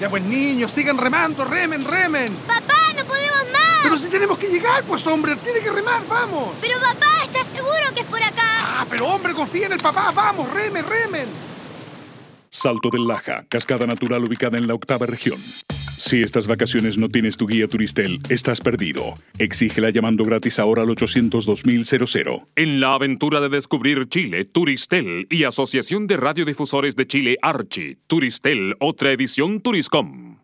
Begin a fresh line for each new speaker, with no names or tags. Ya pues niños, sigan remando, remen, remen.
¡Papá, no podemos más!
Pero si tenemos que llegar, pues hombre, tiene que remar, vamos.
Pero papá, ¿estás seguro que es por acá?
Ah, pero hombre, confía en el papá, vamos, remen, remen.
Salto del Laja, cascada natural ubicada en la octava región. Si estas vacaciones no tienes tu guía turistel, estás perdido. Exígela llamando gratis ahora al 802.000.
En la aventura de descubrir Chile, Turistel y Asociación de Radiodifusores de Chile Archi, Turistel, otra edición Turiscom.